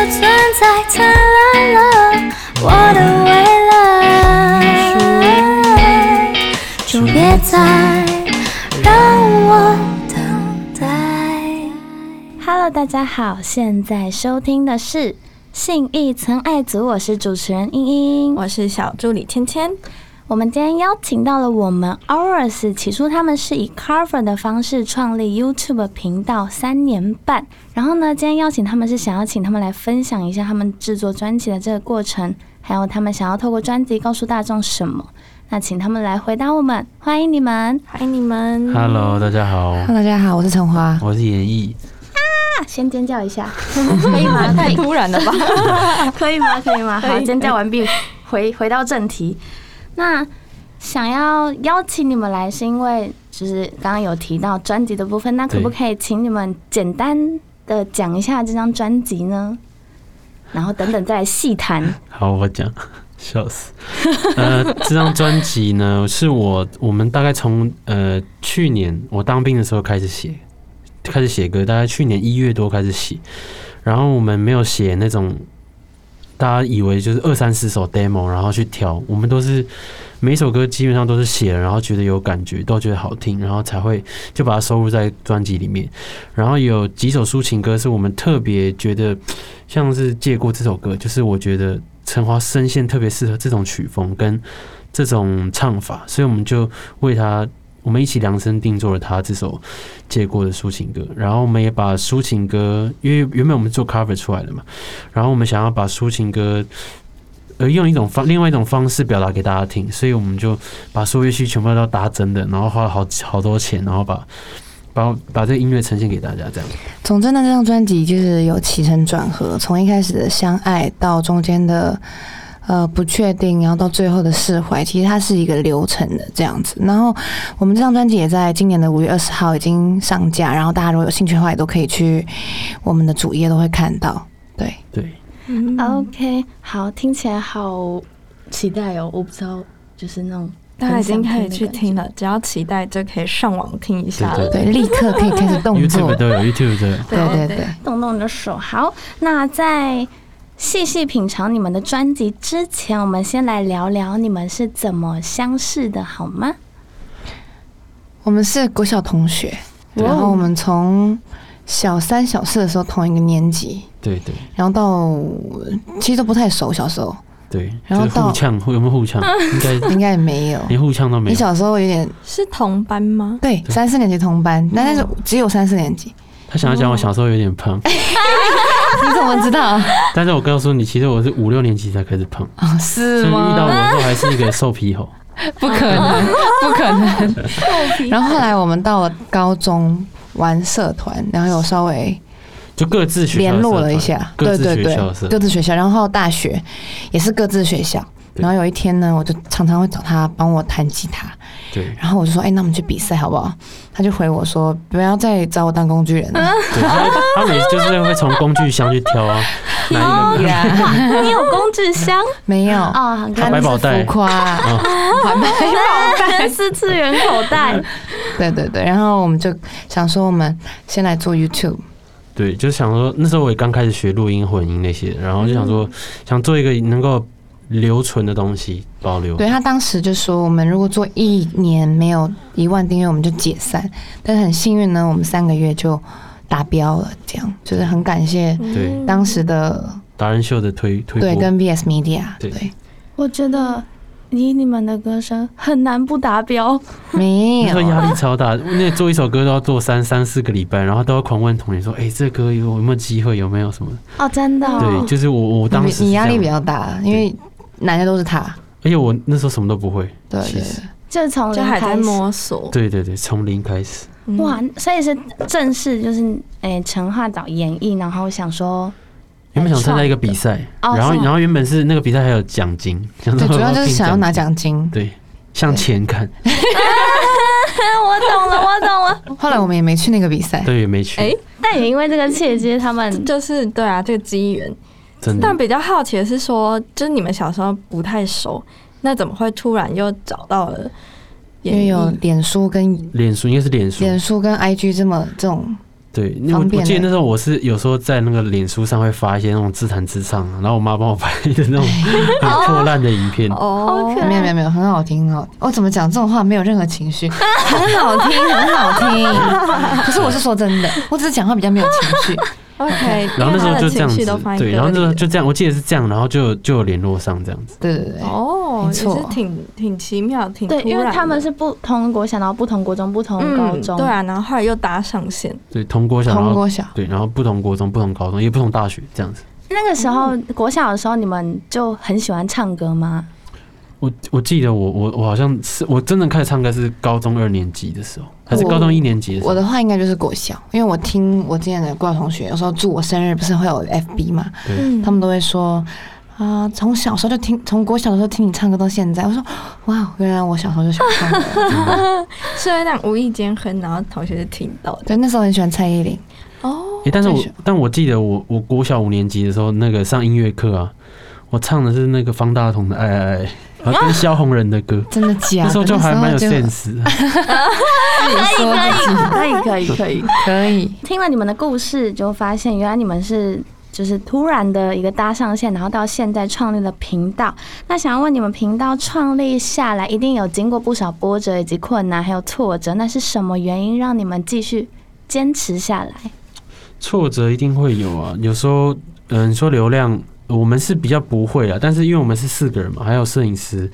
再灿烂了，我的未来，就别再让我等待。 Hello，大家好，现在收听的是《信义曾爱组》，我是主持人茵茵。我是小助理芊芊。我们今天邀请到了我们 Ours，起初他们是以 cover 的方式创立 YouTube 频道三年半，然后呢，今天邀请他们是想要请他们来分享一下他们制作专辑的这个过程，还有他们想要透过专辑告诉大众什么。那请他们来回答我们，欢迎你们！欢迎你们 Hello，大家好，大家好，我是陈花。我是演绎。啊，先尖叫一下， 可以 吗？可以突然了吧？可以吗？可以吗？可以好，尖叫完毕，回回到正题。那想要邀请你们来，是因为就是刚刚有提到专辑的部分，那可对不可以请你们简单的讲一下这张专辑呢？然后等等再来细谈。好，我讲， 笑死。呃，这张专辑呢，是我我们大概从呃去年我当兵的时候开始写，开始写歌，大概去年一月多开始写。然后我们没有写那种大家以为就是二三十首 demo，然后去挑，我们都是每一首歌基本上都是写了，然后觉得有感觉，都觉得好听，然后才会就把它收录在专辑里面。然后有几首抒情歌是我们特别觉得像是借过这首歌，就是我觉得陈华声线特别适合这种曲风跟这种唱法，所以我们就为他。我们一起量身定做了他这首借过的抒情歌，然后我们也把抒情歌，因为原本我们做 cover 出来的嘛，然后我们想要把抒情歌，呃，用一种方另外一种方式表达给大家听，所以我们就把所有乐器全部都搭真的，然后花了好好多钱，然后把把把这个音乐呈现给大家，这样。总之呢，这张专辑就是有起承转合，从一开始的相爱到中间的呃不确定，然后到最后的释怀，其实它是一个流程的这样子。然后我们这张专辑也在今年的五月二十号已经上架，然后大家如果有兴趣的话，也都可以去我们的主页都会看到。对，对，嗯 OK，好，听起来好期待哦！我不知道，就是那种大家已经可以很想去的感觉听了，只要期待就可以上网听一下了。对，立刻可以开始动作 YouTube。都有 YouTube 都有。对对对，动动你的手。好，那在细细品尝你们的专辑之前，我们先来聊聊你们是怎么相识的，好吗？我们是国小同学，对然后我们从小三、小四的时候同一个年级，对对然后到其实都不太熟，小时候对，然后就是到互呛，会有没有互呛？应该。应该也没有连互呛都没你有。小时候有点是同 班吗？对三四年级同哦班，但但是只有三四年级，他想要讲我小时候有点胖， 哦你怎么知道？但是我告诉你，其实我是五六年级才开始胖，哦所 是以遇 到我的吗？时候还是一个瘦皮 猴。不 可能，不可能。然后后来我们到了高中玩社团，然后有稍微就各自学校联的社络了团一下，各对自对学对校的社，各自学校，然后大学也是各自学校。对然后有一天呢，我就常常会找他帮我弹吉他，对然后我就说：“哎、那我们去比赛好不好？”他就回我说：“不要再找我当工具人了。对，他他每次就是会从工具箱去挑啊，哪哦一个哇，你有工具箱没有，哦，很好干百宝袋浮夸、啊， 净，四次元口袋。对对对。然后我们就想说，我们先来做 YouTube，对，就想说那时候我也刚开始学录音、混音那些，然后就想嗯说想做一个能够留存的东西，保留。对他当时就说，我们如果做一年没有一万订阅，我们就解散。但是很幸运呢，我们三个月就达标了，这样就是很感谢对，当时的达人秀的推推嗯对播，跟 VS Media 对对， 我觉得以你们的歌声很难不达标，没那时候有。压力超大，那做一首歌都要做 三三四个礼拜，然后都要狂问同学说：“哎、这歌有有没有机会？有没有什么哦，真的、？”哦对，，就是我我当时是你你这压力样比，较大，因为男的都是他，而且我那时候什么都不会，对其对实就是从 就零还在开始。摸索。对对对，从零开始。嗯哇，所以是正式就是诶，陈化找演绎，然后想说原本想参加一个比赛，哦然后是吗然后原本是那个比赛还有奖金，想 对，说主要就是拼想要拿金，奖 金。对，向前 看， 我懂了，我懂了。后来我们也没去那个比赛，对，也没去，哎 但也因为这个契机，他们就是对啊，这个机缘。真的但比较好奇的是说，就是你们小时候不太熟，那怎么会突然又找到了因为演有艺？脸书跟脸书应该是脸书，脸书跟 IG 这么这种对，因为我方便我记得了那时候我是有时候在那个脸书上会发一些那种自弹自唱啊，然后我妈帮我拍的那种 很破烂的影片，哦，啊没有没有没有，很好听哦。我怎么讲这种话没有任何 情绪， 很好听，啊很好听。可是我是说真的，我只是讲话比较没有情 绪。 OK，然后那时候就这样因为他的情绪都放子，在对，然后歌就里就这样，我记得是这样，然后就就有联络上这样子，对对对，哦，没也错是挺挺奇妙，挺对，突因为然他们的是不同国小，然后不同国中、不同嗯高中，对啊，然后后来又搭上线，对，同国小，然通后过小对，然后不同国中、不同高中，也不同大学这样子。那个时候、国小的时候，你们就很喜欢唱歌吗？我我记得我我我好像是我真正开始唱歌是高中二年级的时候，还是我高中一年级的时候？我的话应该就是国小，因为我听我之前的国小同学有时候祝我生日不是会有 FB 嘛，对，嗯他们都会说啊，从小时候就听，从国小的时候听你唱歌到现在，我说哇，原来我小时候就喜欢 唱歌。是会让无意间哼，然后同学就听到的对，那时候很喜欢蔡依林，哦，诶但是最我喜欢但我记得我我国小五年级的时候，那个上音乐课啊，我唱的是那个方大同的《爱爱爱》，然后跟萧红人的歌，真的假的？那时候就还蛮有那时候就 sense 的。说可以，可以，可以。可以。听了你们的故事，就发现原来你们是就是突然的一个搭上线，然后到现在创立了频道。那想要问你们，频道创立下来一定有经过不少波折以及困难，还有挫折，那是什么原因让你们继续坚持下来？挫折一定会有啊，有时候，嗯、你说流量，我们是比较不会啊，但是因为我们是四个人嘛，还有摄影师，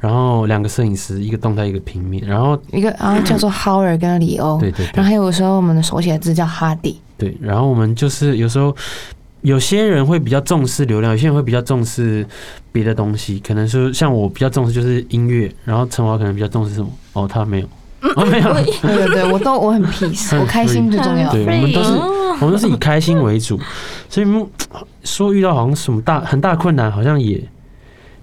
然后两个摄影师，一个动态，一个平面，然后一个 然后叫做 Howard 跟李欧，对对然后对还有时候我们的手写字叫哈迪，对，然后我们就是有时候。有些人会比较重视流量，有些人会比较重视别的东西，可能是像我比较重视就是音乐，然后陈华可能比较重视什么？哦，他没有，哦没有， 对对对，我都我很 peace，我开心最重要。对，我们都是我们都是以开心为主，所以目说遇到好像什么大很大困难，好像也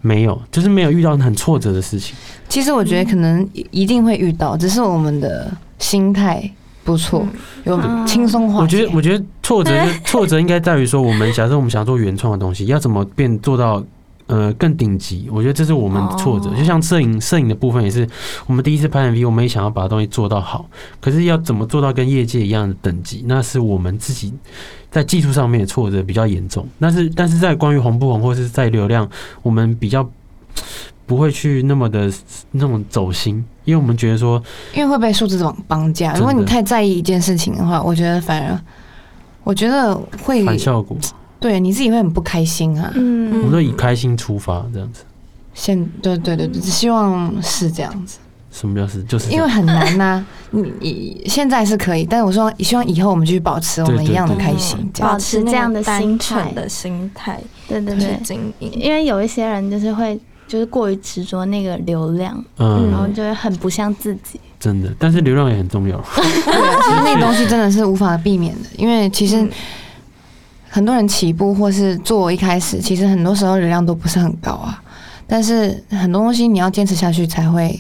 没有，就是没有遇到很挫折的事情。其实我觉得可能一定会遇到，只是我们的心态不错，有轻松化解。我觉得，我觉得挫折就挫折应该在于说，我们假设我们想做原创的东西，要怎么变做到呃更顶级？我觉得这是我们的哦挫折。就像摄影摄影的部分也是，我们第一次拍 MV，我们也想要把东西做到好，可是要怎么做到跟业界一样的等级，那是我们自己在技术上面的挫折比较严重。但是，但是在关于红不红或是在流量，我们比较。不会去那么的那种走心，因为我们觉得说，因为会被数字绑绑架。的如果你太在意一件事情的话，我觉得反而，我觉得会反效果，对你自己会很不开心啊。我嗯们，都以开心出发，这样子。现对对对，对希望是这样子，什么叫是？就是这因样为很难呐、 你你现在是可以，但我说希望以后我们继续保持我们对对一样的对开心，这样保持这样的心态单纯的心态对对去对，经营。因为有一些人就是会就是过于执着那个流量，然后嗯，就会很不像自己。真的，但是流量也很 重要。对啊，其实那个东西真的是无法避免的，因为其嗯实很多人起步或是做一开始，其实很多时候流量都不是很高啊。但是很多东西你要坚持下去，才会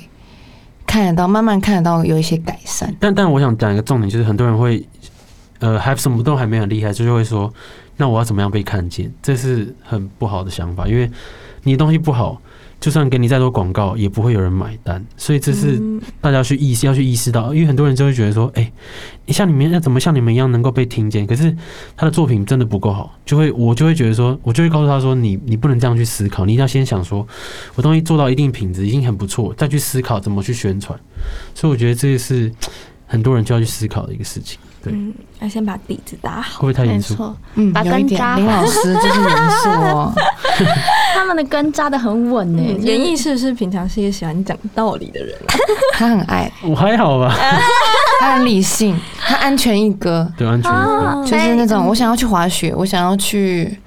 看得到，慢慢看得到有一些改善。但但我想讲一个重点，就是很多人会，呃，还什么都还没有厉害，就是会说，那我要怎么样被看见？这是很不好的想法，因为你的东西不好，就算给你再多广告，也不会有人买单。所以这是嗯大家去意识要去意识到，因为很多人就会觉得说，哎、你像你们要怎么像你们一样能够被听见？可是他的作品真的不够好，就会我就会觉得说，我就会告诉他说，你你不能这样去思考，你一定要先想说，我东西做到一定品质已经很不错，再去思考怎么去宣传。所以我觉得这个是很多人就要去思考的一个事情，对嗯，要先把底子打会好。不会太没严肃？错，嗯，把有一根点扎好林老师就是严肃哦，他们的根扎得很稳呢、嗯，就是袁艺是不是平常是一个喜欢讲道理的人啊？他很爱，我还好吧，他很理性，他安全一哥，对安全一啊点。嗯就是那哎种我想要去滑雪，我想要去。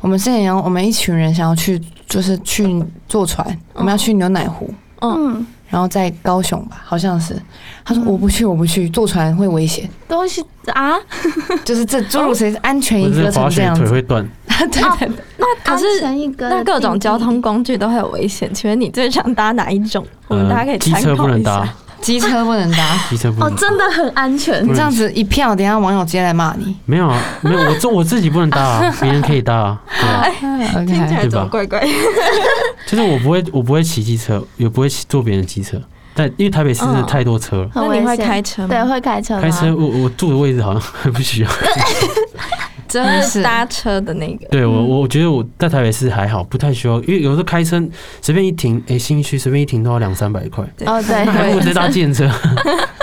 我们之前有我们一群人想要去，就是去坐船，我们要去牛奶湖，嗯，然后在高雄吧，好像是。他说我不去，我不去，坐船会 危险，都是啊，就是这诸如此类，安全一我是滑个成这雪样腿子。会断，对对对，那可安是全一哥的那各种定义交通工具都会有危险，请问你最想搭哪一种？我们大家可以呃机参车不考能一下搭。，机车不能搭。 机车不哦能，搭。真的很安全你。这样子一票，等一下网友直接来骂你。没有啊，没有，我做我自己不能搭啊， 别人可以搭啊。对哎啊，哎听起 OK，对吧来怎么怪怪？就是我不会，我不会骑机车，也不会骑坐别人的机车，但因为台北市真的嗯太多车了，很那你危会险开车吗？对，，会开车吗？开车我我住的位置好像还不需要。真是是搭车的那 个。对我嗯我觉得我在台北市还好，不太需要，因为有时候开车随便一停，哎，新区随便一停都要两三百块，哦，还不对，如直接搭建车。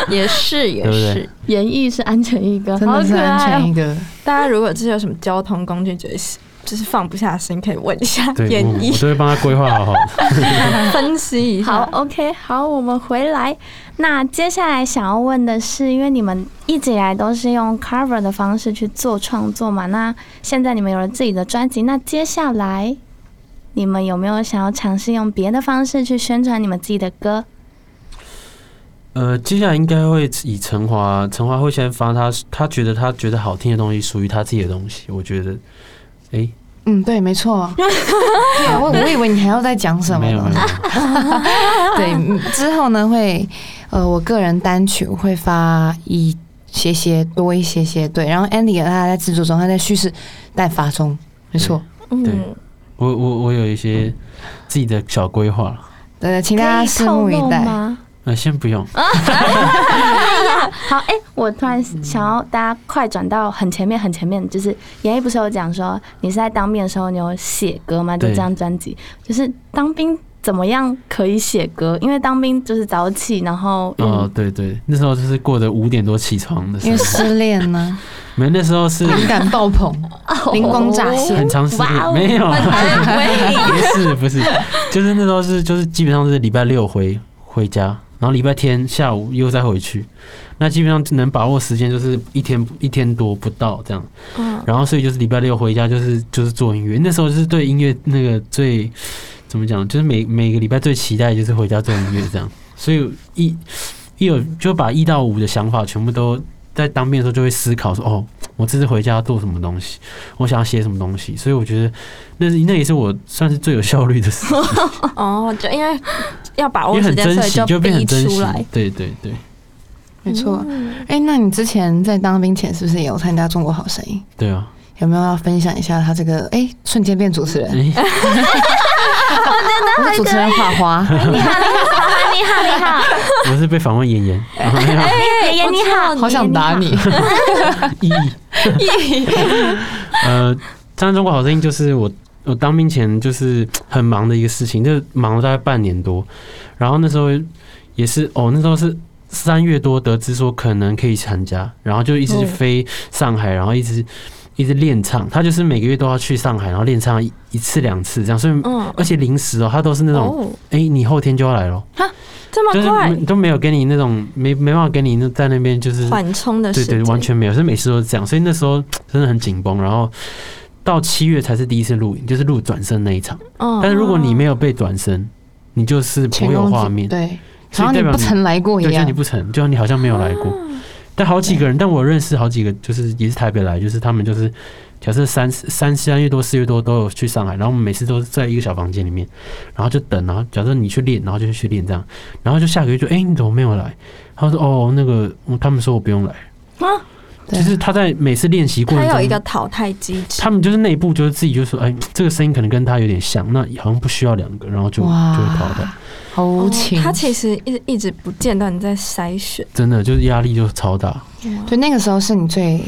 也是也对不对是。言语是安全一哥，真好的是可安爱全哦。一个。大家如果就是有什么交通工具，觉得是就是放不下心，可以问一下对，演我我绎都会帮他规划好好 的。分析一下。好，，OK，好，我们回来。那接下来想要问的是，因为你们一直以来都是用 cover 的方式去做创作嘛，那现在你们有了自己的专辑，那接下来你们有没有想要尝试用别的方式去宣传你们自己的歌？呃，接下来应该会以陈华，陈华会先发他他觉得他觉得好听的东西，属于他自己的东西。我觉得，哎、嗯，对，没 错。对啊我我以为你还要再讲什么没有没有，没呢？有对，嗯之后呢会，呃，我个人单曲会发一些些多一些些，对。然后 Andy 他在制作中，他在叙事待发中，没错。嗯对，我我我有一些自己的小规划了。对，请可大家以拭透目以露待。吗？呃，先不用，好，哎、我突然想要大家快转到很前面，很前面，就是演艺不是有讲说你是在当兵的时候你有写歌吗？就对这张专辑，就是当兵怎么样可以写歌？因为当兵就是早起，然后运哦，对对，那时候就是过着五点多起床的生因为活，失恋 呢，没那时候是灵感爆棚，哦灵光乍现很，长时哇哦间没有啦，喂， 不是不是，就是那时候是就是基本上是礼拜六回回家，然后礼拜天下午又再回去，那基本上能把握时间就是一天一天多不到这样，嗯，然后所以就是礼拜六回家就是就是做音乐，那时候就是对音乐那个最怎么讲，就是每每个礼拜最期待就是回家做音乐这样，所以一一有就把一到五的想法全部都在当面的时候就会思考说，哦，我这次回家要做什么东西，我想要写什么东西，所以我觉得那是那也是我算是最有效率的事， 哦，就因为要把因握为时很间，珍所以惜，就变逼很珍出惜来。，对对对，没错。嗯哎、那你之前在当兵前是不是也有参加《中国好声音对啊，》？有没有要分享一下他这个？哎、瞬间变主持人，哎、我是主持人花花，啊 你好，你好，你好，你好， 我是被访问演员，然后爷爷你好，好想 打你。意义。 呃，参加中国好声音就是我我当兵前就是很忙的一个事情，就忙了大概半年多，然后那时候也是哦，那时候是。三月多得知说可能可以参加，然后就一直嗯飞上海，然后一直一直练唱。他就是每个月都要去上海，然后练唱一一次两次这样，所以嗯，而且临时哦，他都是那种哦，哎、你后天就要来咯，这就是么快没都没有给你那种没没办法给你那在那边就是缓冲的对时对，间，完全没有，是每次都是这样，所以那时候真的很紧绷。然后到七月才是第一次录影，就是录转身那一场。嗯。但是如果你没有被转身，你就是不前会有功画尽面， 对，所然以代后你表不曾来过一对，像样啊你，不成，就像你好像没有来过。但好几个人，但我认识好几个，就是也是台北来，就是他们就是假设三三三月多四月多都有去上海，然后我们每次都是在一个小房间里面，然后就等，然后假设你去练，然后就去练这样，然后就下个月就哎、你怎么没有来？他说哦那个嗯他们说我不用来，啊对就是他在每次练习过它程有一中个。淘汰机制他，们就是内部就是自己就说，哎，这个声音可能跟他有点像，那好像不需要两个，然后就就哇会淘汰。好无情。它其实一直一直不间断地在筛选。 真的就是压力就超大。对，那个时候是你最，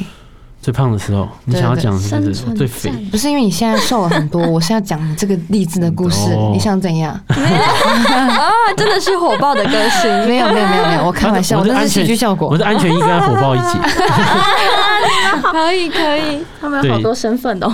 最胖的时候，你对想要对讲的是不生是存最肥？不是因为你现在瘦了 很多，我是要讲你这个励志的故事哦，你想怎样？啊，真的是火爆的歌星，没有没有没有没有，我开玩 笑，我我的那安是全喜剧效果我。的安全应该火爆一姐， 可以可以，他们有好多身份哦。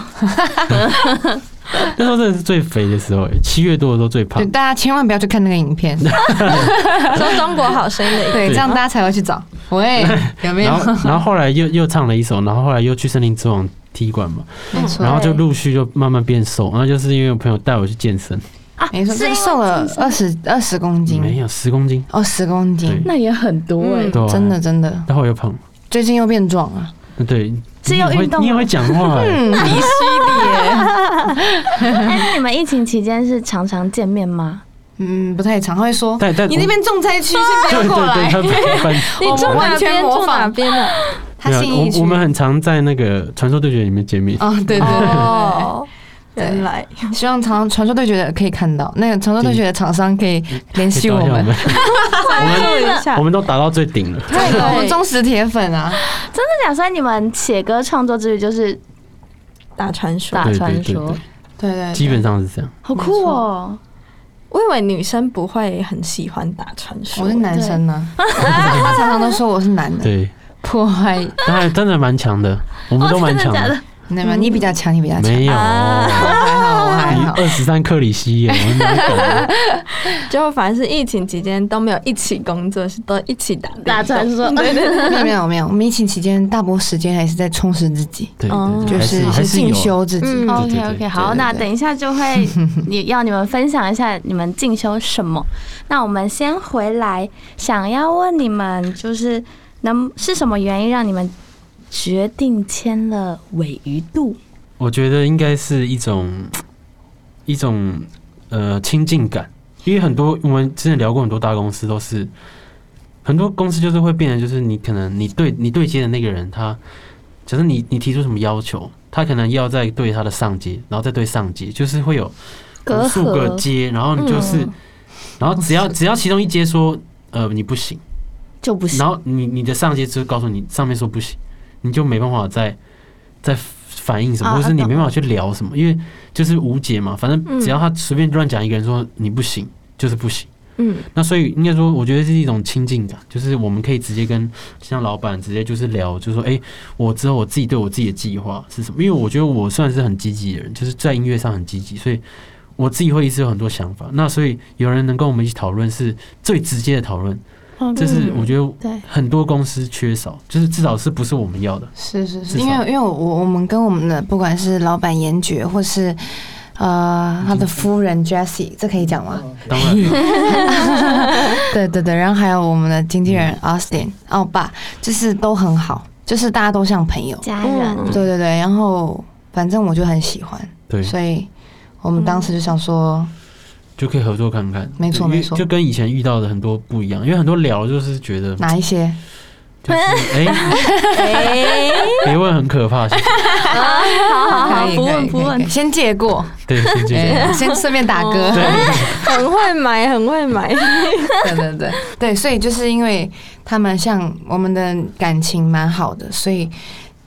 那时候真的是最肥的时候、哎七月多的时候最胖对，。大家千万不要去看那个影片， 说中国好声音的一个对，这样大家才会 去找。喂，有没有然？后，然后后来又又唱了一首，然后后来又去森林之王踢馆嘛， 没错然，后就陆续就慢慢变瘦。然后就是因为我朋友带我去健身，啊没错，是因这为瘦了二十二十公没斤，有十公斤，哦，十公斤， 那也很多哎、嗯对、啊，真的。真的，然后我又胖了，最近又变壮啊了。对，是你也要运会动你也吗会讲话、哎 嗯，鼻息里，哎、那你们疫情期间是常常见面吗？ 嗯，不太常，他会说但但你我那边重灾区，先对不要过对对，来。他们班你我住们哪完全边？模住哪仿边的？他没有信义区我我们很常在那个传说对决里面见面。哦，对对对对，哦，对 原来希望长传说对决的可以看到，那个传说对决的厂商可以联系我们，我注意一们下我，们都达到最顶了。太多我们忠实铁粉啊！那假设你们写歌创作之旅就是打传说打对传对对说对，，对对对基本上是这样。好酷哦！我以为女生不会很喜欢打传说，我是男生呢、他常常都说我是男的，对，破坏当然真的蛮强的，我们都蛮哦强真的假那么你比较强，你比较强，没有，我还好，我啊还你好。二十三克里希耶，我们哪懂啊？结果反而是疫情期间都没有一起工作，是都一起打 打传说，对对没有没有没有，我们疫情期间大部分时间还是在充实自己，对哦对就对，还是是还是进有。修自己。哦嗯对对 OK OK，对好，对那对等一下就会也要你们分享一下你们进修什么。那我们先回来，想要问你们，就是能是什么原因让你们决定签了尾鱼度？我觉得应该是一种一种呃亲近感，因为很多我们之前聊过很多大公司都是很多公司就是会变成就是你可能你对你对接的那个人他，假设你你提出什么要求，他可能要再对他的上级，然后再对上级，就是会有隔无数个阂嗯接，然后你就是，然后只要只要其中一接说呃你不行。就不行然。后你你的上级就告诉你，上面说不行，你就没办法再再反应什么，啊或者是你懂嗯没办法去聊什么，因为就是无解嘛。反正只要他随便乱讲一个人说你不行，就是不行。嗯，那所以应该说，我觉得是一种亲近感，就是我们可以直接跟像老板直接就是聊，就是说，哎、我之后我自己对我自己的计划是什么？因为我觉得我算是很积极的人，就是在音乐上很积极，所以我自己会一直有很多想法。那所以有人能跟我们一起讨论，是最直接的讨论，这是我觉得哦对，很多公司缺少，就是至少是不是我们 要的？是是至是，少因为因为我我们跟我们的不管是老板严爵，或是呃他的夫人 Jessie，这可以讲吗？当然， 对对对，然后还有我们的经纪人嗯 Austin 奥爸，就是都很好，就是大家都像朋友。家人。嗯对对对，然后反正我就很喜欢，对，嗯所以我们当时就想说，就可以合作看看。没错因为没错就跟以前遇到的很多不一样，因为很多聊就是觉得，哪一些？就是哎， 哎，别问很可怕，谢谢好好啊好可，以不可以问不可以可问以。先借过， 对，是这样。对先顺便打歌。对，哎很会买，很会买， 对对对对，所以就是因为他们像我们的感情蛮好的，所以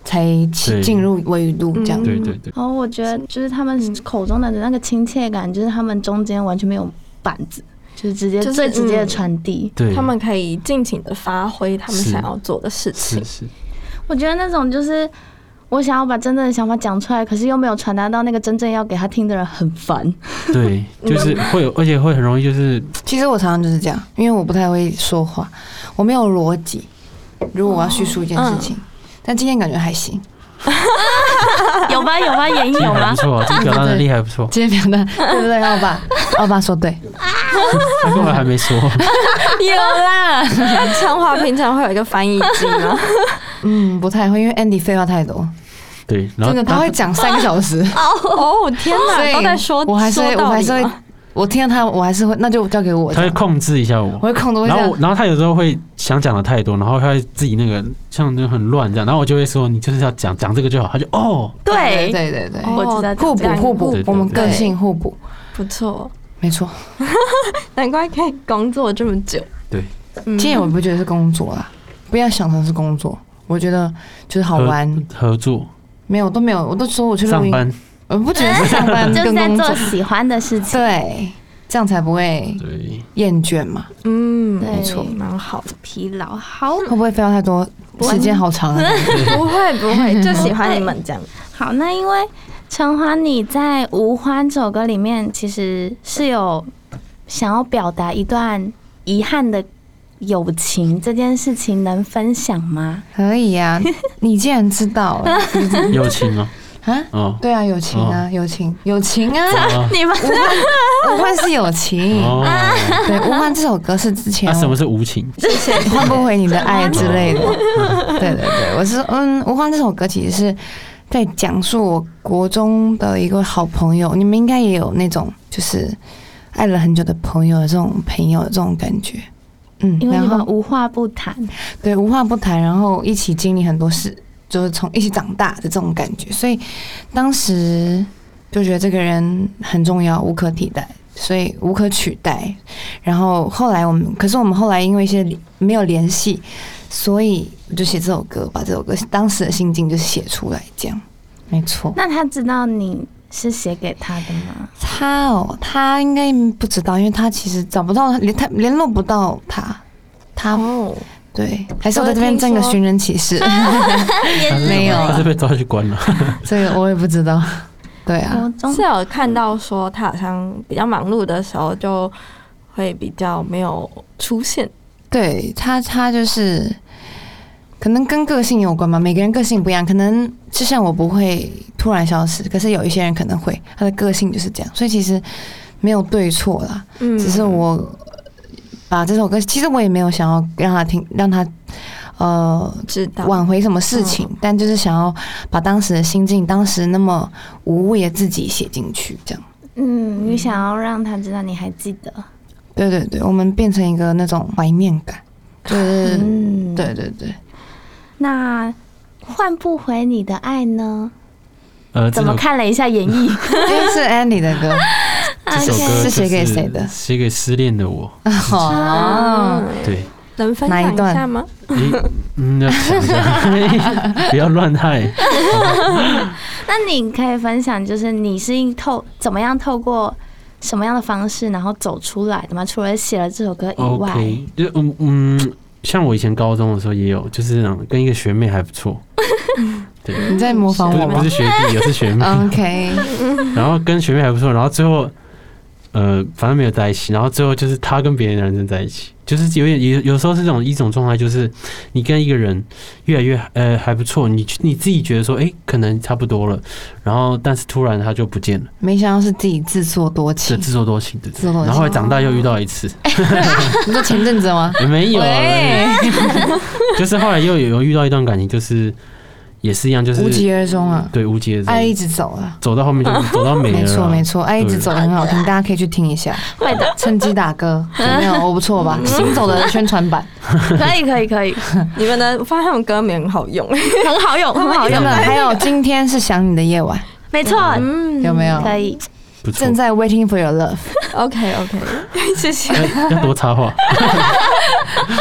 才起对进入微路这样。对对对，哦，我觉得就是他们口中的那个亲切感，就是他们中间完全没有板子，就是直接就是最直接的嗯传递。对，他们可以尽情的发挥他们是想要做的事情是。 是，我觉得那种就是我想要把真正的想法讲出来，可是又没有传达到那个真正要给他听的人，很烦。对，就是会 有，而且会很容易就是其实我常常就是这样，因为我不太会说话，我没有逻辑。如果我要叙述一件事情，嗯但今天感觉还行， 有吧有吧，原因有 还吧不？错，这个表达能力还不 错，今天表达对不对？奥巴，奥巴说对，他根本还没说， 有啦，那陈华平常会有一个翻译机吗？嗯，不太会，因为 Andy 废话太多，对，然后真啊的他会讲三个小 时， 哦天所以哪，都在说，我还是说会，我道还理是会吗，我听到他，我还是会，那就交给我他这会样，控制一下我我，会控制会然这后样我，然后他有时候会想讲的太多，然后他会自己那个像就很乱这样，然后我就会说你就是要讲讲这个就好，他就哦，对对，对对对，哦我知道互补这样互对补哎对，我们对个性互补，不错，没错。难怪可以工作这么久。对，嗯其实我不觉得是工作啦，不要想成是工作，我觉得就是好合玩，合作没有都没有，我都说我去录上音， 班，我不觉得是上 班就是跟在工做作，喜欢的事情。对，这样才不会对，厌倦嘛。嗯，对没错，蛮好的。疲劳好会不会废话太多，会时间好长啊？ 不会不会，就喜欢你们这样。好，那因为陈欢你在《无欢》这首歌里面，其实是有想要表达一段遗憾的友情这件事情，能分享吗？可以呀、你竟然知道 了友情哦，啊？ 哦，对啊，友情啊，友情，友情 啊，哦你们无关是友情。哦，对，无关这首歌是之前那什么我是无情？换不回你的爱之 类的。的，对对对，我是嗯，无关这首歌其实是在讲述我国中的一个好朋友，你们应该也有那种就是爱了很久的朋友的这种朋友的这种感觉，嗯，因为你然们后无话不谈，对无话不谈，然后一起经历很多事，就是从一起长大的这种感觉，所以当时就觉得这个人很重要，无可替代，所以无可取代。然后后来我们，可是我们后来因为一些没有联系，所以我就写这首歌，把这首歌当时的心境就写出来，这样没错。那他知道你是写给他的吗？他哦，他应该不知道，因为他其实找不到，连他联络不到他，他哦，对，还是我在这边挣个寻人启 事，他是没有他是被抓去关了。 这个我也不知道。对啊，国中是有看到说他好像比较忙碌的时候就会比较没有出现，对他，他就是可能跟个性有关吧，每个人个性不一样，可能就像我不会突然消失，可是有一些人可能会，他的个性就是这样，所以其实没有对错啦，嗯只是我把这首歌，其实我也没有想要让他听，让他呃知道挽回什么事情，但就是想要把当时的心境，当时那么无畏的自己写进去，这样。嗯，你想要让他知道你还记得。对对对，我们变成一个那种怀念感，就是、嗯，对。对对，那换不回你的爱呢？呃，怎么这首看了一下演绎？这是 Andy 的歌， 这首 OK 歌是写给就是谁的写给失恋的我。哦，对，啊能分哪享一一段下吗？诶嗯，要想一 下， 不要乱害。那你可以分享，就是你是透怎么样透过什么样的方式，然后走出来的吗？除了写了这首歌以外 OK，就嗯嗯，像我以前高中的时候也有，就是那种跟一个学妹还不 错，对，你在模仿不哦 我是不吗是学弟，也是学 妹。 ？OK，然后跟学妹还不错，然后最后，呃，反正没有在一起。然后最后就是他跟别的男生在一起，就是有点有有时候是这种一种状态，就是你跟一个人越来越呃还不错，你你自己觉得说，哎、可能差不多了，然后但是突然他就不见了，没想到是自己自作多是情，自作多情的。自作多情然后后来长大又遇到一次，你说前阵子吗？没有啊，喂 就是后来又有有遇到一段感情，就是也是一样，就是无疾而终啊，对无疾而爱一终，直走啊，走到后面 就走到没了啊，没错没错，爱一直对走很好听，大家可以去听一下，会的，趁机打 歌，怎么样？我不错嗯吧？行走的宣传版，可以可以可以， 你们的我发现他们歌名很好用，很好 用，很 好真用的。，还有今天是想你的夜晚，没错，嗯有啊没有？可以。不错正，在 waiting for your love， ？OK OK，谢谢。要要多插话。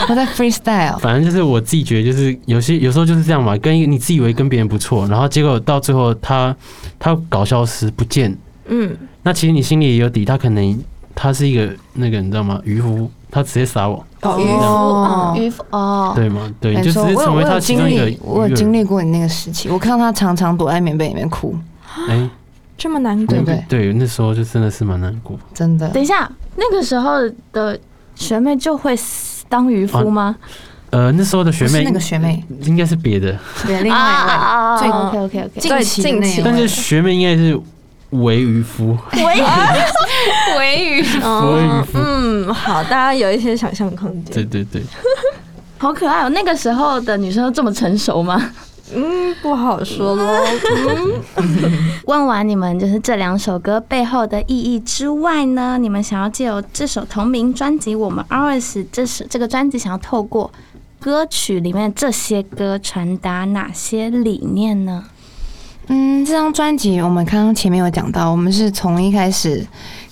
我在 freestyle。反正就是我自己觉得，就是有些有时候就是这样嘛，跟一个你自以为跟别人不错，然后结果到最后他他搞消失不见，嗯，那其实你心里也有底，他可能他是一个那个你知道吗？渔夫，他直接撒网，哦渔夫嗯哦哦，渔夫哦，对吗？对，没你就只是错，我有成我为有他其经中一个历，我有经历，过你那个时期，我看到他常常躲在棉被里面哭，一个哎，这么难过对不对对？对，那时候就真的是蛮难过。真的。等一下，那个时候的学妹就会当渔啊夫吗？呃，那时候的学不哦是妹那个学妹，应该是别的，对，另外一啊位。最 OK OK OK，近期的那一位但是学妹应该是为渔夫，维语，微语哦嗯，好，大家有一些想象空对间。对对，好可爱哦！那个时候的女生都这么成熟吗？嗯，不好说咯。嗯问完你们就是这两首歌背后的意义之外呢，你们想要借由这首同名专辑《我们 Ours》这首这个专辑，想要透过歌曲里面这些歌传达哪些理念呢？嗯，这张专辑我们刚刚前面有讲到，我们是从一开始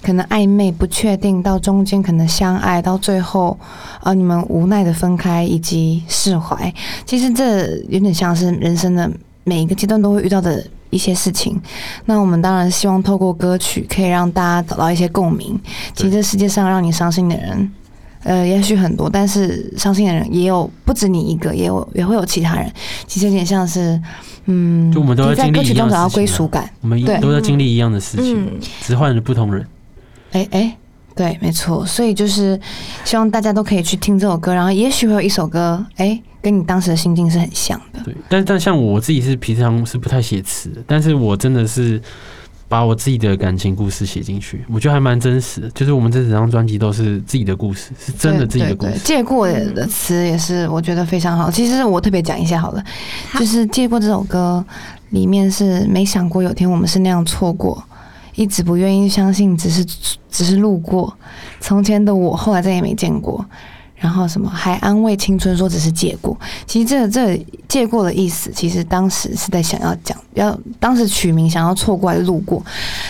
可能暧昧不确定，到中间可能相爱，到最后呃你们无奈的分开以及释怀。其实这有点像是人生的每一个阶段都会遇到的一些事情。那我们当然希望透过歌曲可以让大家找到一些共鸣。其实这世界上让你伤心的人。呃，也许很多，但是伤心的人也有不止你一个，也有也会有其他人。其实有点像是，嗯，就我们都你在在经历歌曲一样中的找到事情归啊属感。我们一对都在经历一样的事情，嗯，只换了不同人。哎哎，对，没错，所以就是希望大家都可以去听这首歌，然后也许会有一首歌，哎，跟你当时的心境是很像的。对，但但像我自己是平常是不太写词的，但是我真的是把我自己的感情故事写进去，我觉得还蛮真实的。就是我们这整张专辑都是自己的故事，是真的自己的故对对对事。借过的词也是我觉得非常好。其实我特别讲一下好了，就是借过这首歌里面是没想过有天我们是那样错过，一直不愿意相信，只是只是路过。从前的我后来再也没见过，然后什么还安慰青春说只是借过，其实这个这个借过的意思，其实当时是在想要讲，要当时取名想要错过还是路过，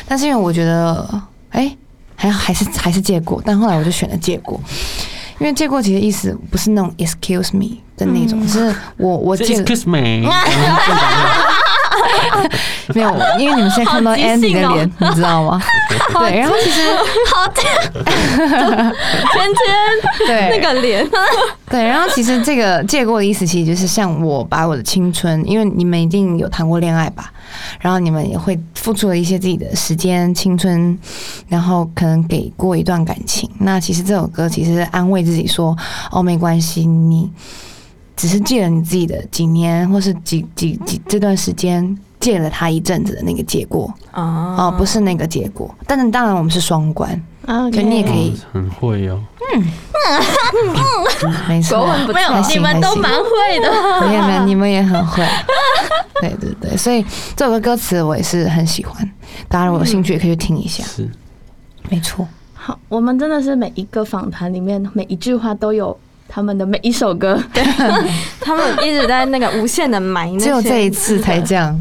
但是因为我觉得，哎、还还是还是借过，但后来我就选了借过。因为借过其实意思不是那种 excuse me 的那种，嗯是我我这借 Excuse me，没有，因为你们现在看到好即兴 Andy 的哦脸，你知 道吗？对，然后其实 天天对那个脸，对，然后其实这个借过的意思，其实就是像我把我的青春，因为你们一定有谈过恋爱吧，然后你们也会付出了一些自己的时间、青春，然后可能给过一段感情。那其实这首歌其实是安慰自己说，哦，没关系，你只是借了你自己的几年，或是几几几这段时间。借了他一阵子的那个结果哦、哦不是那个结果，但是当然我们是双关， OK，就你也可以，很会哦。没错，没有还行你们都还行蛮会的。没有没有，你们也很会。对对对，所以这首歌歌词我也是很喜欢，大家如果有兴趣也可以去听一下。是，没错，好，我们真的是每一个访谈里面每一句话都有他们的每一首歌，他们一直在那个无限的埋那些，只有这一次才这 样。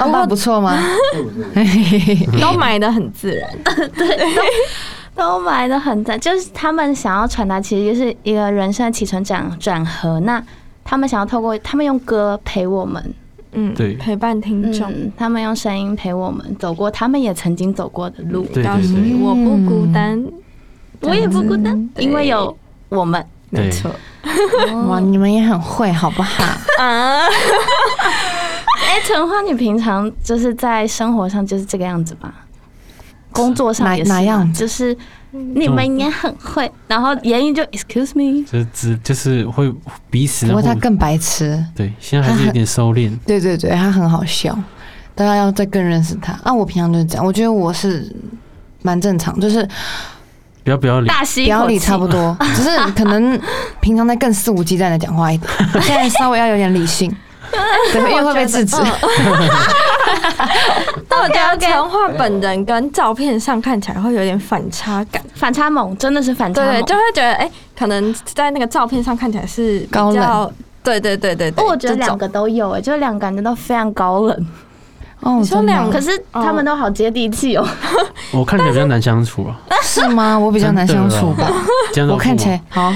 欧巴不错 吗？都埋的很自然。 都埋的很赞，就是他们想要传达，其实就是一个人生的起承转转合。那他们想要透过他们用歌陪我们，嗯，对陪伴听众，嗯，他们用声音陪我们走过他们也曾经走过的路。对告诉对对你我不孤单。我也不孤单，对因为有我们。对，哇，你们也很会，好不好？啊，哎，陈花，你平常就是在生活上就是这个样子吧？工作上哪也是哪样吗子就是你们也很会，然后言语就 excuse me，就是只就是会彼此不互过他更白痴。对，现在还是有点收敛。 对对对，他很好笑，大家要再更认识他。啊，我平常就是这样，我觉得我是蛮正常，就是不要不要脸，大吸一表口里气差不多，只是可能平常在更肆无忌惮的讲话一点，现在稍微要有点理性，对，因为会被制止。但我觉得陈化本人跟照片上看起来会有点反差感，反差萌，真的是反差对，萌。就会觉得哎、可能在那个照片上看起来是比高较冷，对对对对对，我觉得这种两个都有哎、就是两个感觉都非常高冷，哦，你说真的两嗯可是他们都好接地气哦。我看起来比较难相处啊，是吗？我比较难相处吧，这样都我看起来好，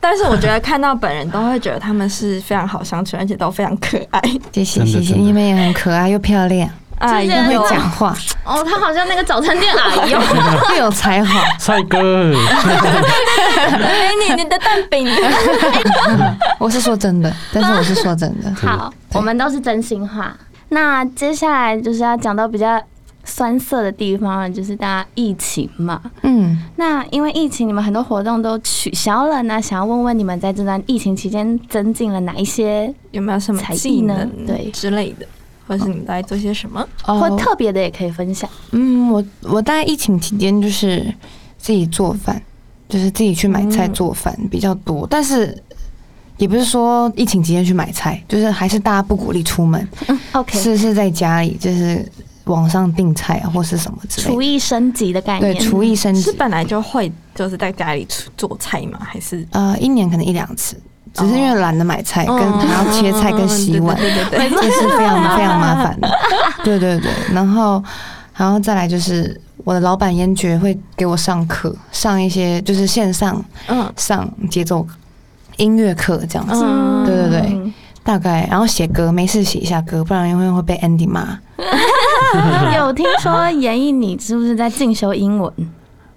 但是我觉得看到本人都会觉得他们是非常好相处，而且都非常可 爱。谢谢真的谢谢，真的你们也很可爱又漂亮，哎就呦是，又会讲话，哦，他好像那个早餐店阿姨 哦。又有才华。帅哥， 哎，你你的蛋饼，我是说真的，但是我是说真的，好，我们都是真心话。那接下来就是要讲到比较酸涩的地方了，就是大家疫情嘛。嗯，那因为疫情，你们很多活动都取消了那想要问问你们在这段疫情期间增进了哪一些，有没有什么才艺技能呢对之类的，或者是你们在做些什么？或哦，特别的也可以分 享。嗯，我我在疫情期间就是自己做饭，就是自己去买菜嗯做饭比较多，但是。也不是说疫情期间去买菜，就是还是大家不鼓励出门，嗯，OK，是是在家里，就是网上订菜啊，或是什么之类厨的。艺升级的概对，念。厨艺升是级，本来就会就是在家里出做菜吗？还是呃，一年可能一两次，只是因为懒得买菜，跟还要切菜跟洗碗，哦 对对对对这是非常非常麻烦 的。对对对，然后然后再来就是我的老板严爵会给我上课，上一些就是线上 嗯上节奏音乐课这样子。嗯，对对对，大概然后写歌，没事写一下歌，不然因为会被 Andy 骂。 有听说严艺，你是不是在进修英文？啊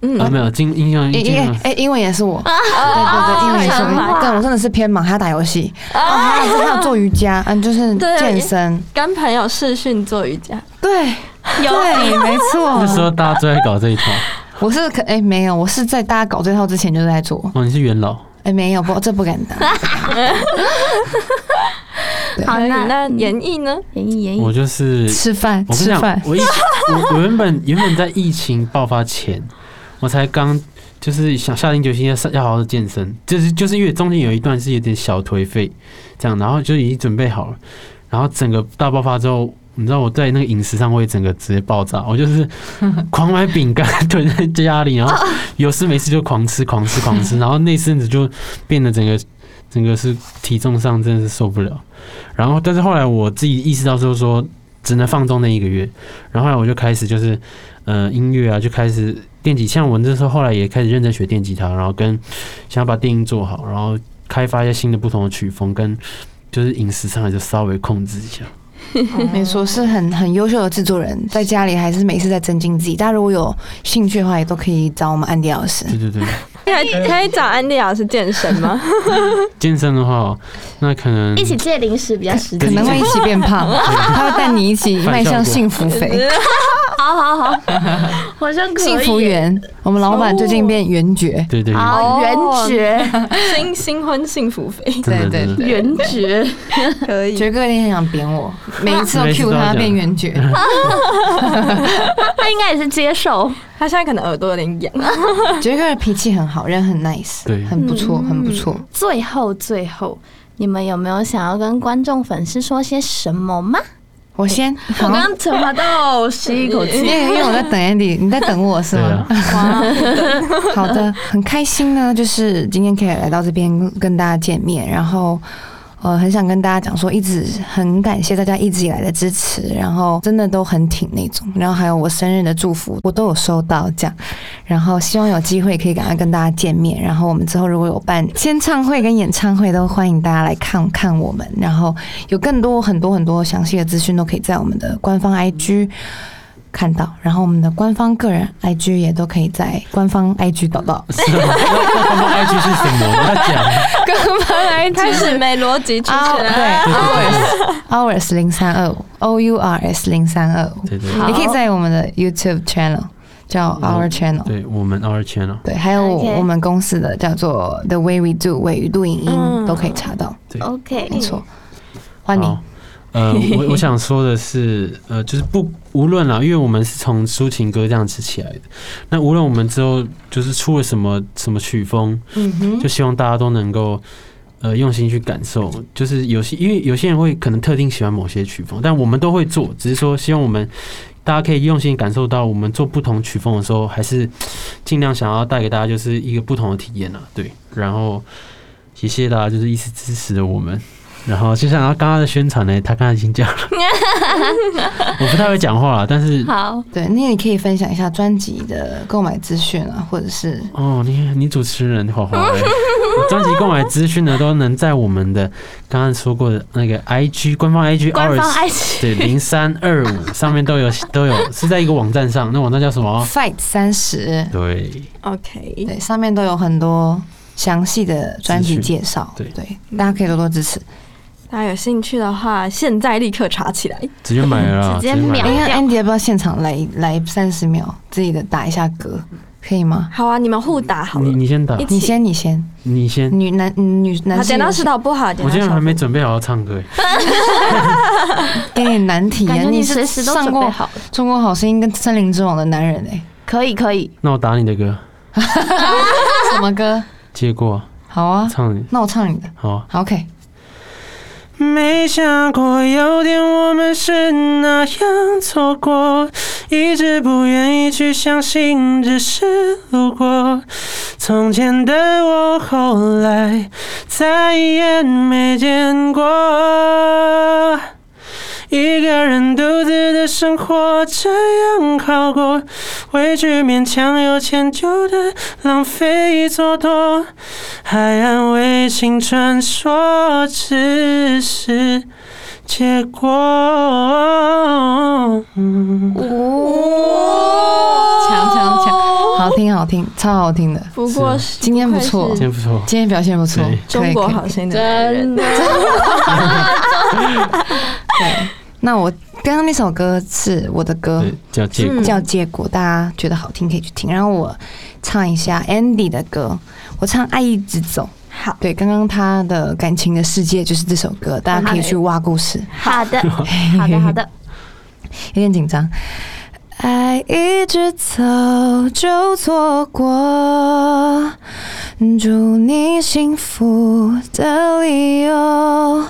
嗯，没有进印象因印因象 哎，英文也是我，对对，哦英文也是想法我。对我真的是偏忙，还要打游戏，哦，还有还有做瑜伽，嗯，就是对健身。跟朋友视讯做瑜伽，对，对，没那时错。候大家最爱搞这一套。我是可哎、没有，我是在大家搞这套之前就在做。哦，你是元老，哎、没有，不，这不敢当。 对好，可以那那演艺呢？严艺，哎严艺我就是吃饭，我跟你吃讲饭，，我疫我我原本原本在疫情爆发前，我才刚就是想下定决心要上要好好健身，就是就是因为中间有一段是有点小颓废，这样，然后就已经准备好了，然后整个大爆发之后，你知道我在那个饮食上会整个直接爆炸，我就是 狂买饼干囤在家里，然后有事没事就狂吃狂吃狂吃，然后那阵子就变得整个整个是体重上真的是受不了。然后但是后来我自己意识到之后说，只能放纵那一个月，然后后来我就开始就是呃音乐啊，就开始电吉，像我那时候后来也开始认真学电吉他，然后跟想要把电音做好，然后开发一些新的不同的曲风跟。就是饮食上也就稍微控制一下，没错，是很很优秀的制作人，在家里还是每次在增进自己。大家如果有兴趣的话，也都可以找我们安迪老师。对对对。你还可以找安迪老师健身吗？ 健身的话，那可哦能一起借零食比较实可际。能会一起 变胖，他会带你一起迈向幸福肥、好好好， 我说可以幸福圆。我们老板最近哦变圆觉，对对对，哦好圆觉，新新婚幸福肥真的对真的对圆觉，可以，觉哥一定很想 扁我，每一次都每一次 Q 都要他讲变 圆觉。 他应该也是接受。他现在可能耳朵有点 痒。觉哥的脾气很好，人很 nice，对嗯很不错，很不错。最后最后，你们有没有想要跟观众粉丝说些什么吗？我先，好我刚刚沉默到吸一口因气。为因为我在等 Andy，你在等我是对吗啊？，好的，很开心呢，就是今天可以来到这边跟大家见面，然后。呃，很想跟大家讲说，一直很感谢大家一直以来的支持，然后真的都很挺那种，然后还有我生日的祝福，我都有收到这样，然后希望有机会可以赶快跟大家见面，然后我们之后如果有办签唱会跟演唱会，都欢迎大家来看看我们，然后有更多很多很多详细的资讯都可以在我们的官方 IG 看到，然后我们的官方个人 IG 也都可以在官方 IG 找到。是吗？那他们 IG 是什么？我要讲，官方 IG 开始没逻辑出啊现了。哦对 hours hours 零三二五 o u r s 零三二五，对对好对你可以在我们的 YouTube channel 叫 Our 嗯 Channel，对，我们 Our Channel，对，还有 OK 我们公司的叫做 The Way We Do 伪语录影音嗯都可以查到，对， OK，没错。欢迎好，呃，我我想说的是，呃，就是不无论啦，因为我们是从抒情歌这样子起来的，那无论我们之后就是出了什么什么曲风，嗯哼，就希望大家都能够呃用心去感受。就是有些因为有些人会可能特定喜欢某些曲风，但我们都会做，只是说希望我们大家可以用心感受到，我们做不同曲风的时候，还是尽量想要带给大家就是一个不同的体验啊。对，然后也谢谢大家就是一直支持的我们。然后就像他刚刚的宣传呢，他刚才已 经讲了，我不太会讲话啦，但是好，对，那你可以分享一下专辑的购买资讯啊，或者是哦，你你主持人好好哎、我专辑购买资讯呢，都能在我们的刚刚说过的那个 IG 官方 IG 官方20爱情对零三二五上面都有都有，是在一个网站上，那网站叫什么？ Fight 三十，对， OK，对，上面都有很多详细的专辑介绍，资讯对，大家可以多多支持。大家有兴趣的话，现在立刻查起来。直接买了啦，直接买秒哎、了那 Andy 要不要现场来来三十秒，自己的打一下歌，可以吗？好啊，你们互打好了你。你先打一，起你先，你先，你先，女男女好，男性剪刀石头布好，剪我刀今石天头还没布。准备好好唱歌欸，给你难题啊！感觉你是随时都上准备过好了，中国好声音跟森林之王的男人 哎、可以可以，那我打你的歌，什么歌？结果好啊，唱你那我唱你的。好啊。好 OK，没想过有天我们是那样错过，一直不愿意去相信，只是路过。从前的我，后来再也没见过。一个人独自的生活这样好过，委屈勉强有迁就的浪费蹉跎，还安慰青春说只是结果。嗯哦强强强，好听好听，超好听的。不过是今天不错今愧是天不错，今天表现不错对，可以中国可以好声音的男人。那我刚刚那首歌是我的歌，对，叫结果。嗯叫结果，大家觉得好听可以去听。然后我唱一下 Andy 的歌，我唱《爱一直走》。好，对，刚刚他的感情的世界就是这首歌，大家可以去挖故事。好 的，好的好的，有点紧张。爱一直走就错过，祝你幸福的理由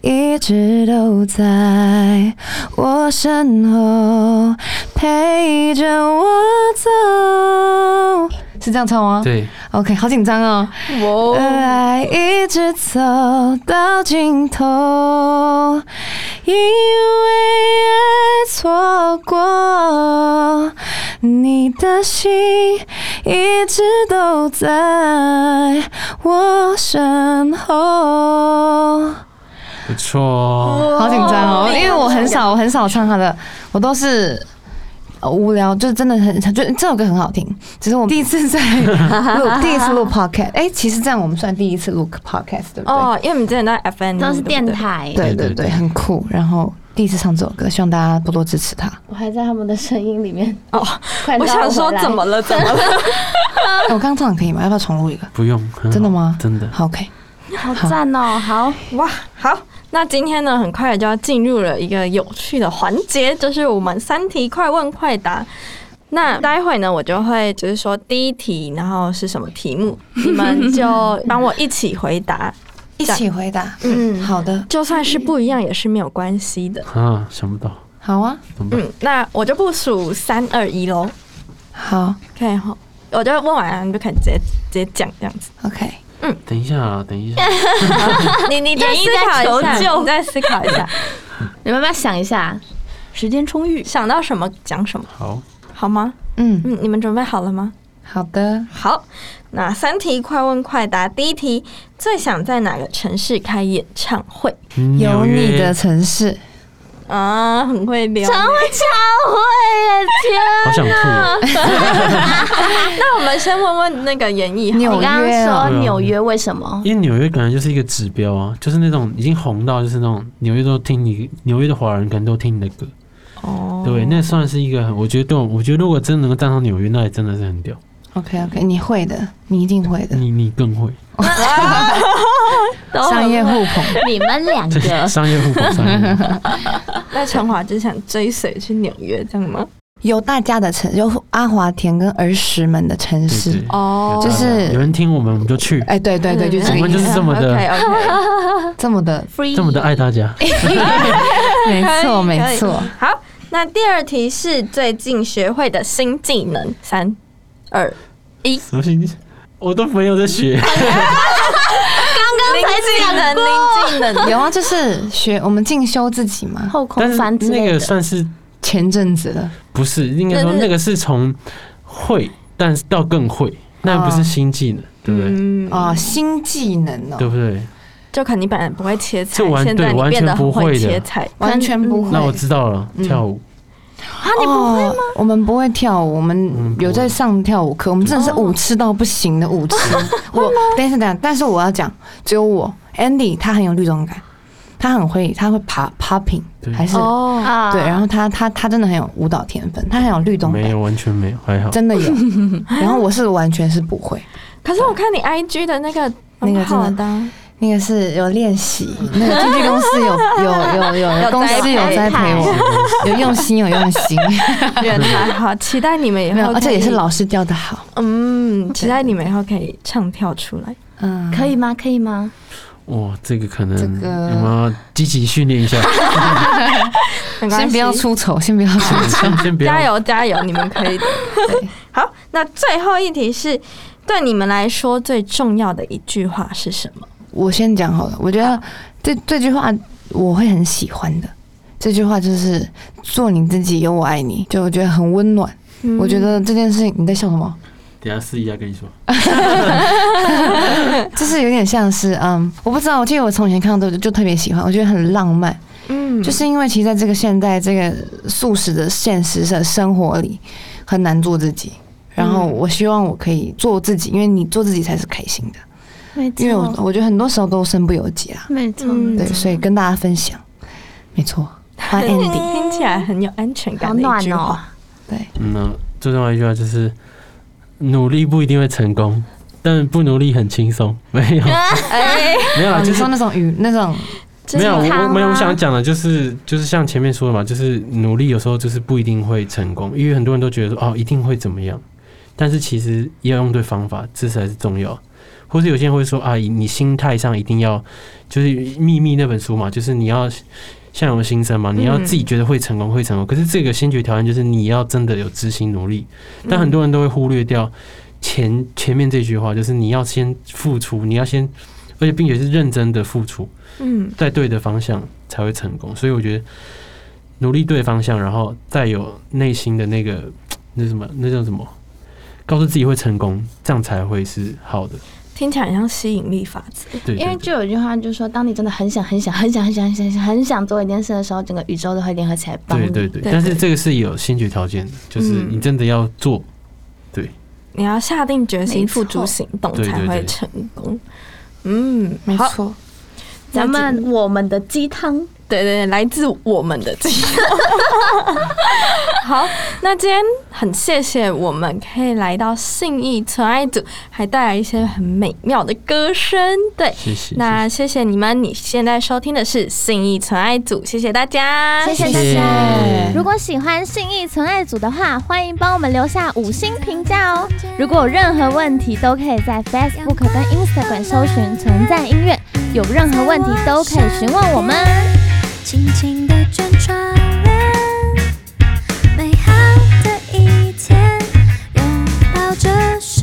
一直都在我身后陪着我走。是这样唱吗？对， ，OK，好紧张哦。哇，爱一直走到尽头，因为爱错过，你的心一直都在我身后。不错哦。好紧张哦，因为我很少我很少唱他的，我都是。呃无聊就真的很，就这首歌很好听，只是我第一次 在录第一次录 podcast，哎、其实这样我们算第一次录 podcast，对不对？哦，因为你之前在 FN 都是电，台，对对对对对对，很酷。然后第一次唱这首歌，希望大家多多支持他。我还在他们的声音里面。 哦快我拉想说回来怎么了，怎么了？哎我刚刚唱的可以吗？要不要重录一个？不用，很好真的吗真的。好，OK。好赞哦！好，哇，好，那今天呢，很快就要进入了一个有趣的环节，就是我们三题快问快答。那待会呢，我就会就是说第一题，然后是什么题目，你们就帮我一起回答。一起回答。嗯，好的，就算是不一样也是没有关系的。啊，想不到，好啊，怎么办？嗯，那我就不数三二一喽，好可以吼，我就问完了，你就可以直接直接讲 这样子。 ，OK。等一下啊，等一下，你你演再绎思在考求一下，救你再思考一下，你慢慢想一下，时间充裕。想到什么讲什么，好，好吗？嗯，嗯，你们准备好了吗？好的。好，那三题快问快答。第一题，最想在哪个城市开演唱会？纽有约你的，城市，啊，很会聊真。会超会耶！好想吐哦，那我们先问问那个演绎，纽天，你刚约刚哦，嗯说纽约为什么？因为纽约感觉就是一个指标啊，就是那种已经红到就是那种纽约都听你，纽约的华人可能都听你的歌，哦对，那算是一个很，我觉得对我，我觉得如果真的能够站上纽约，那也真的是很屌， OK OK，你会的，你一定会的。你你更会，都很商业互捧，你们两对，个，商业互补，商业互补，那陈华就想追随去纽约，这样吗？有大家的城，有阿华田跟儿时们的城对市对。哦就是有人听我们我们就去，哎，对对对，就这个我们意就思是，这么的 OK OK， 这么的， free 这么的爱大家，没错没错。好，那第二题是最近学会的新技能，三二。什么心情？我都没有在学，刚刚才讲过，零技能，有啊，就是学我们进修自己嘛。后但空是翻之那类个的。算是前阵子了，不是，应该说那是那个是从会，但是到更会，那不是新技能，对不对？嗯哦，新技能对哦，不对？就可能你本来不会切菜这，完现在对你完变得全不很会的会切菜。完全不会。那我知道了，跳舞。啊，你不会吗？我们不会跳舞，我嗯们不会有在上跳舞课，我们真的是舞痴到不行的舞 痴。我等一下，等一下，但是我要讲，只有我 Andy 他很有律动感，他很会，他会爬 popping 对还是哦啊对，然后他他他真的很有舞蹈天分，他很有律动没感，有，完全没有，还好。真的 有。然后我是完全是不会，可是我看你 IG 的那个那个蛮好真的啊，那个是有练习，那个经纪公 司有有有有有公司有栽栽培培我，有用心有用 心，原来好，期待你们以没后有，可以，而且也是老师教的好，嗯，期待你们以后可以唱跳出来。嗯，可以吗？可以吗？哇，这个可能这我个们要积极训练一下， 没关系先不要出丑，先不要出丑。先先不要加。油加油，你们可以的。对好，那最后一题是对你们来说最重要的一句话是什么？ 我先讲好了，我觉得这这句话我会很喜欢的。这句话就是“做你自己，有我爱你”，就我觉得很温暖。我觉得这件事情，你在笑什 么？等一下试一下跟你说，就是有点像是，嗯，我不知道，我记得我从前看到都就特别喜欢，我觉得很浪漫。嗯，就是因为其实在这个现代这个素食的现实的生活里，很难做自己。然后嗯我希望我可以做自己，因为你做自己才是开心的。没因为我，我觉得很多时候都身不由己啦。没错。嗯对，所以跟大家分享，没错，啊欢迎 Andy。听起来很有安全好感的一暖句哦话。！嗯，那最重要一句话就是，努力不一定会成功，但不努力很轻松。没有，哎，没有啦，哦就你是说那种语那种没有，我鸡汤我没有，吗我想讲的就是就是像前面说的嘛，就是努力有时候就是不一定会成功，因为很多人都觉得说哦一定会怎么样，但是其实要用对方法，这才是重要。或是有些人会说啊，你心态上一定要就是秘密那本书嘛，就是你要向荣心生嘛，你要自己觉得会成功，会成功。可是这个先决条件就是你要真的有执行努力，但很多人都会忽略掉前前面这句话，就是你要先付出，你要先。而且，并且是认真的付出，嗯，在对的方向才会成功。所以，我觉得努力对方向，然后再有内心的那个那什么，那叫什么？告诉自己会成功，这样才会是好的。听起来很像吸引力法则。对，因为对就有一句话，就是说，当你真的很想、很想、很想、很想、很想、很想很想做一件事的时候，整个宇宙都会联合起来帮对你。对对，对但是这个是有先决条件的，就是嗯你真的要做。你要下定决心没付错诸行动对对才会对成功。嗯，没好，错，咱们我们的鸡汤，对对对，来自我们的经验。 好，那今天很谢谢我们可以来到信义纯爱组，还带来一些很美妙的歌声。对，谢谢。那谢谢你们，你现在收听的是信义纯爱组，谢谢大家，谢谢大谢家谢。如果喜欢信义存爱组的话，欢迎帮我们留下五星评价哦。如果有任何问题，都可以在 Facebook 跟 Instagram 搜寻“存在音乐”，有任何问题都可以询问我们。轻轻地卷窗帘，美好的一天，拥抱这世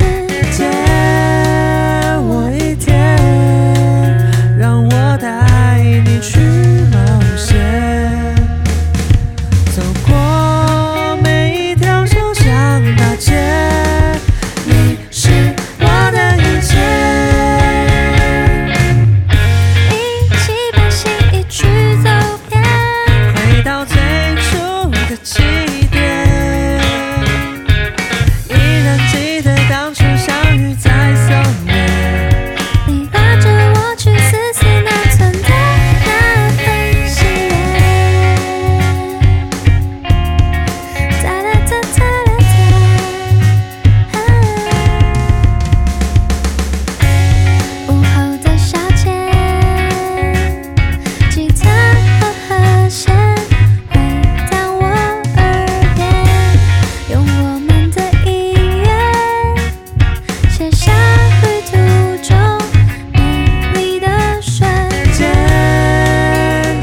界。借我一天，让我带你去冒险，走过每一条小巷大街，你是我的一切。一起把心意去走遍，回到最初的起点，依然记得当初相遇在松烟。你拉着我去撕碎那存在那份喜悦。哒啦哒哒啦哒，午后的小街，吉他和和弦回到我耳边，用我们的音乐。写下旅途中美丽的瞬渐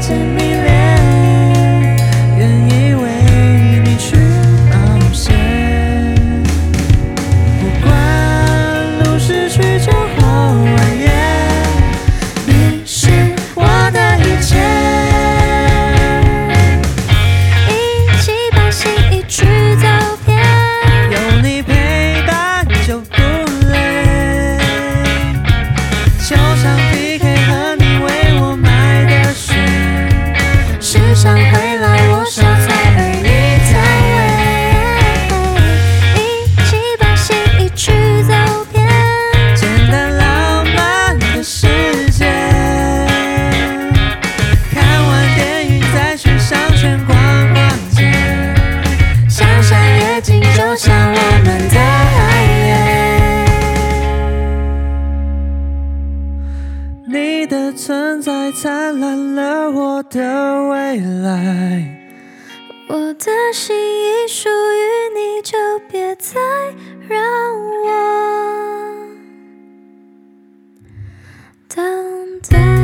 间。渐迷恋，愿意为你去冒险。不管路是曲折或蜿蜒，你是我的一切，一起把心意去走遍，有你陪伴就不累。球场 PK 和你为我买的水，时常回来我烧菜，而你在喂。一起把心意去走遍，简单浪漫的世界。看完电影再去商圈逛逛街，想象夜景就像我们的爱恋。你的存在灿烂了我的未来。我的心已属于你，就别再让我等待。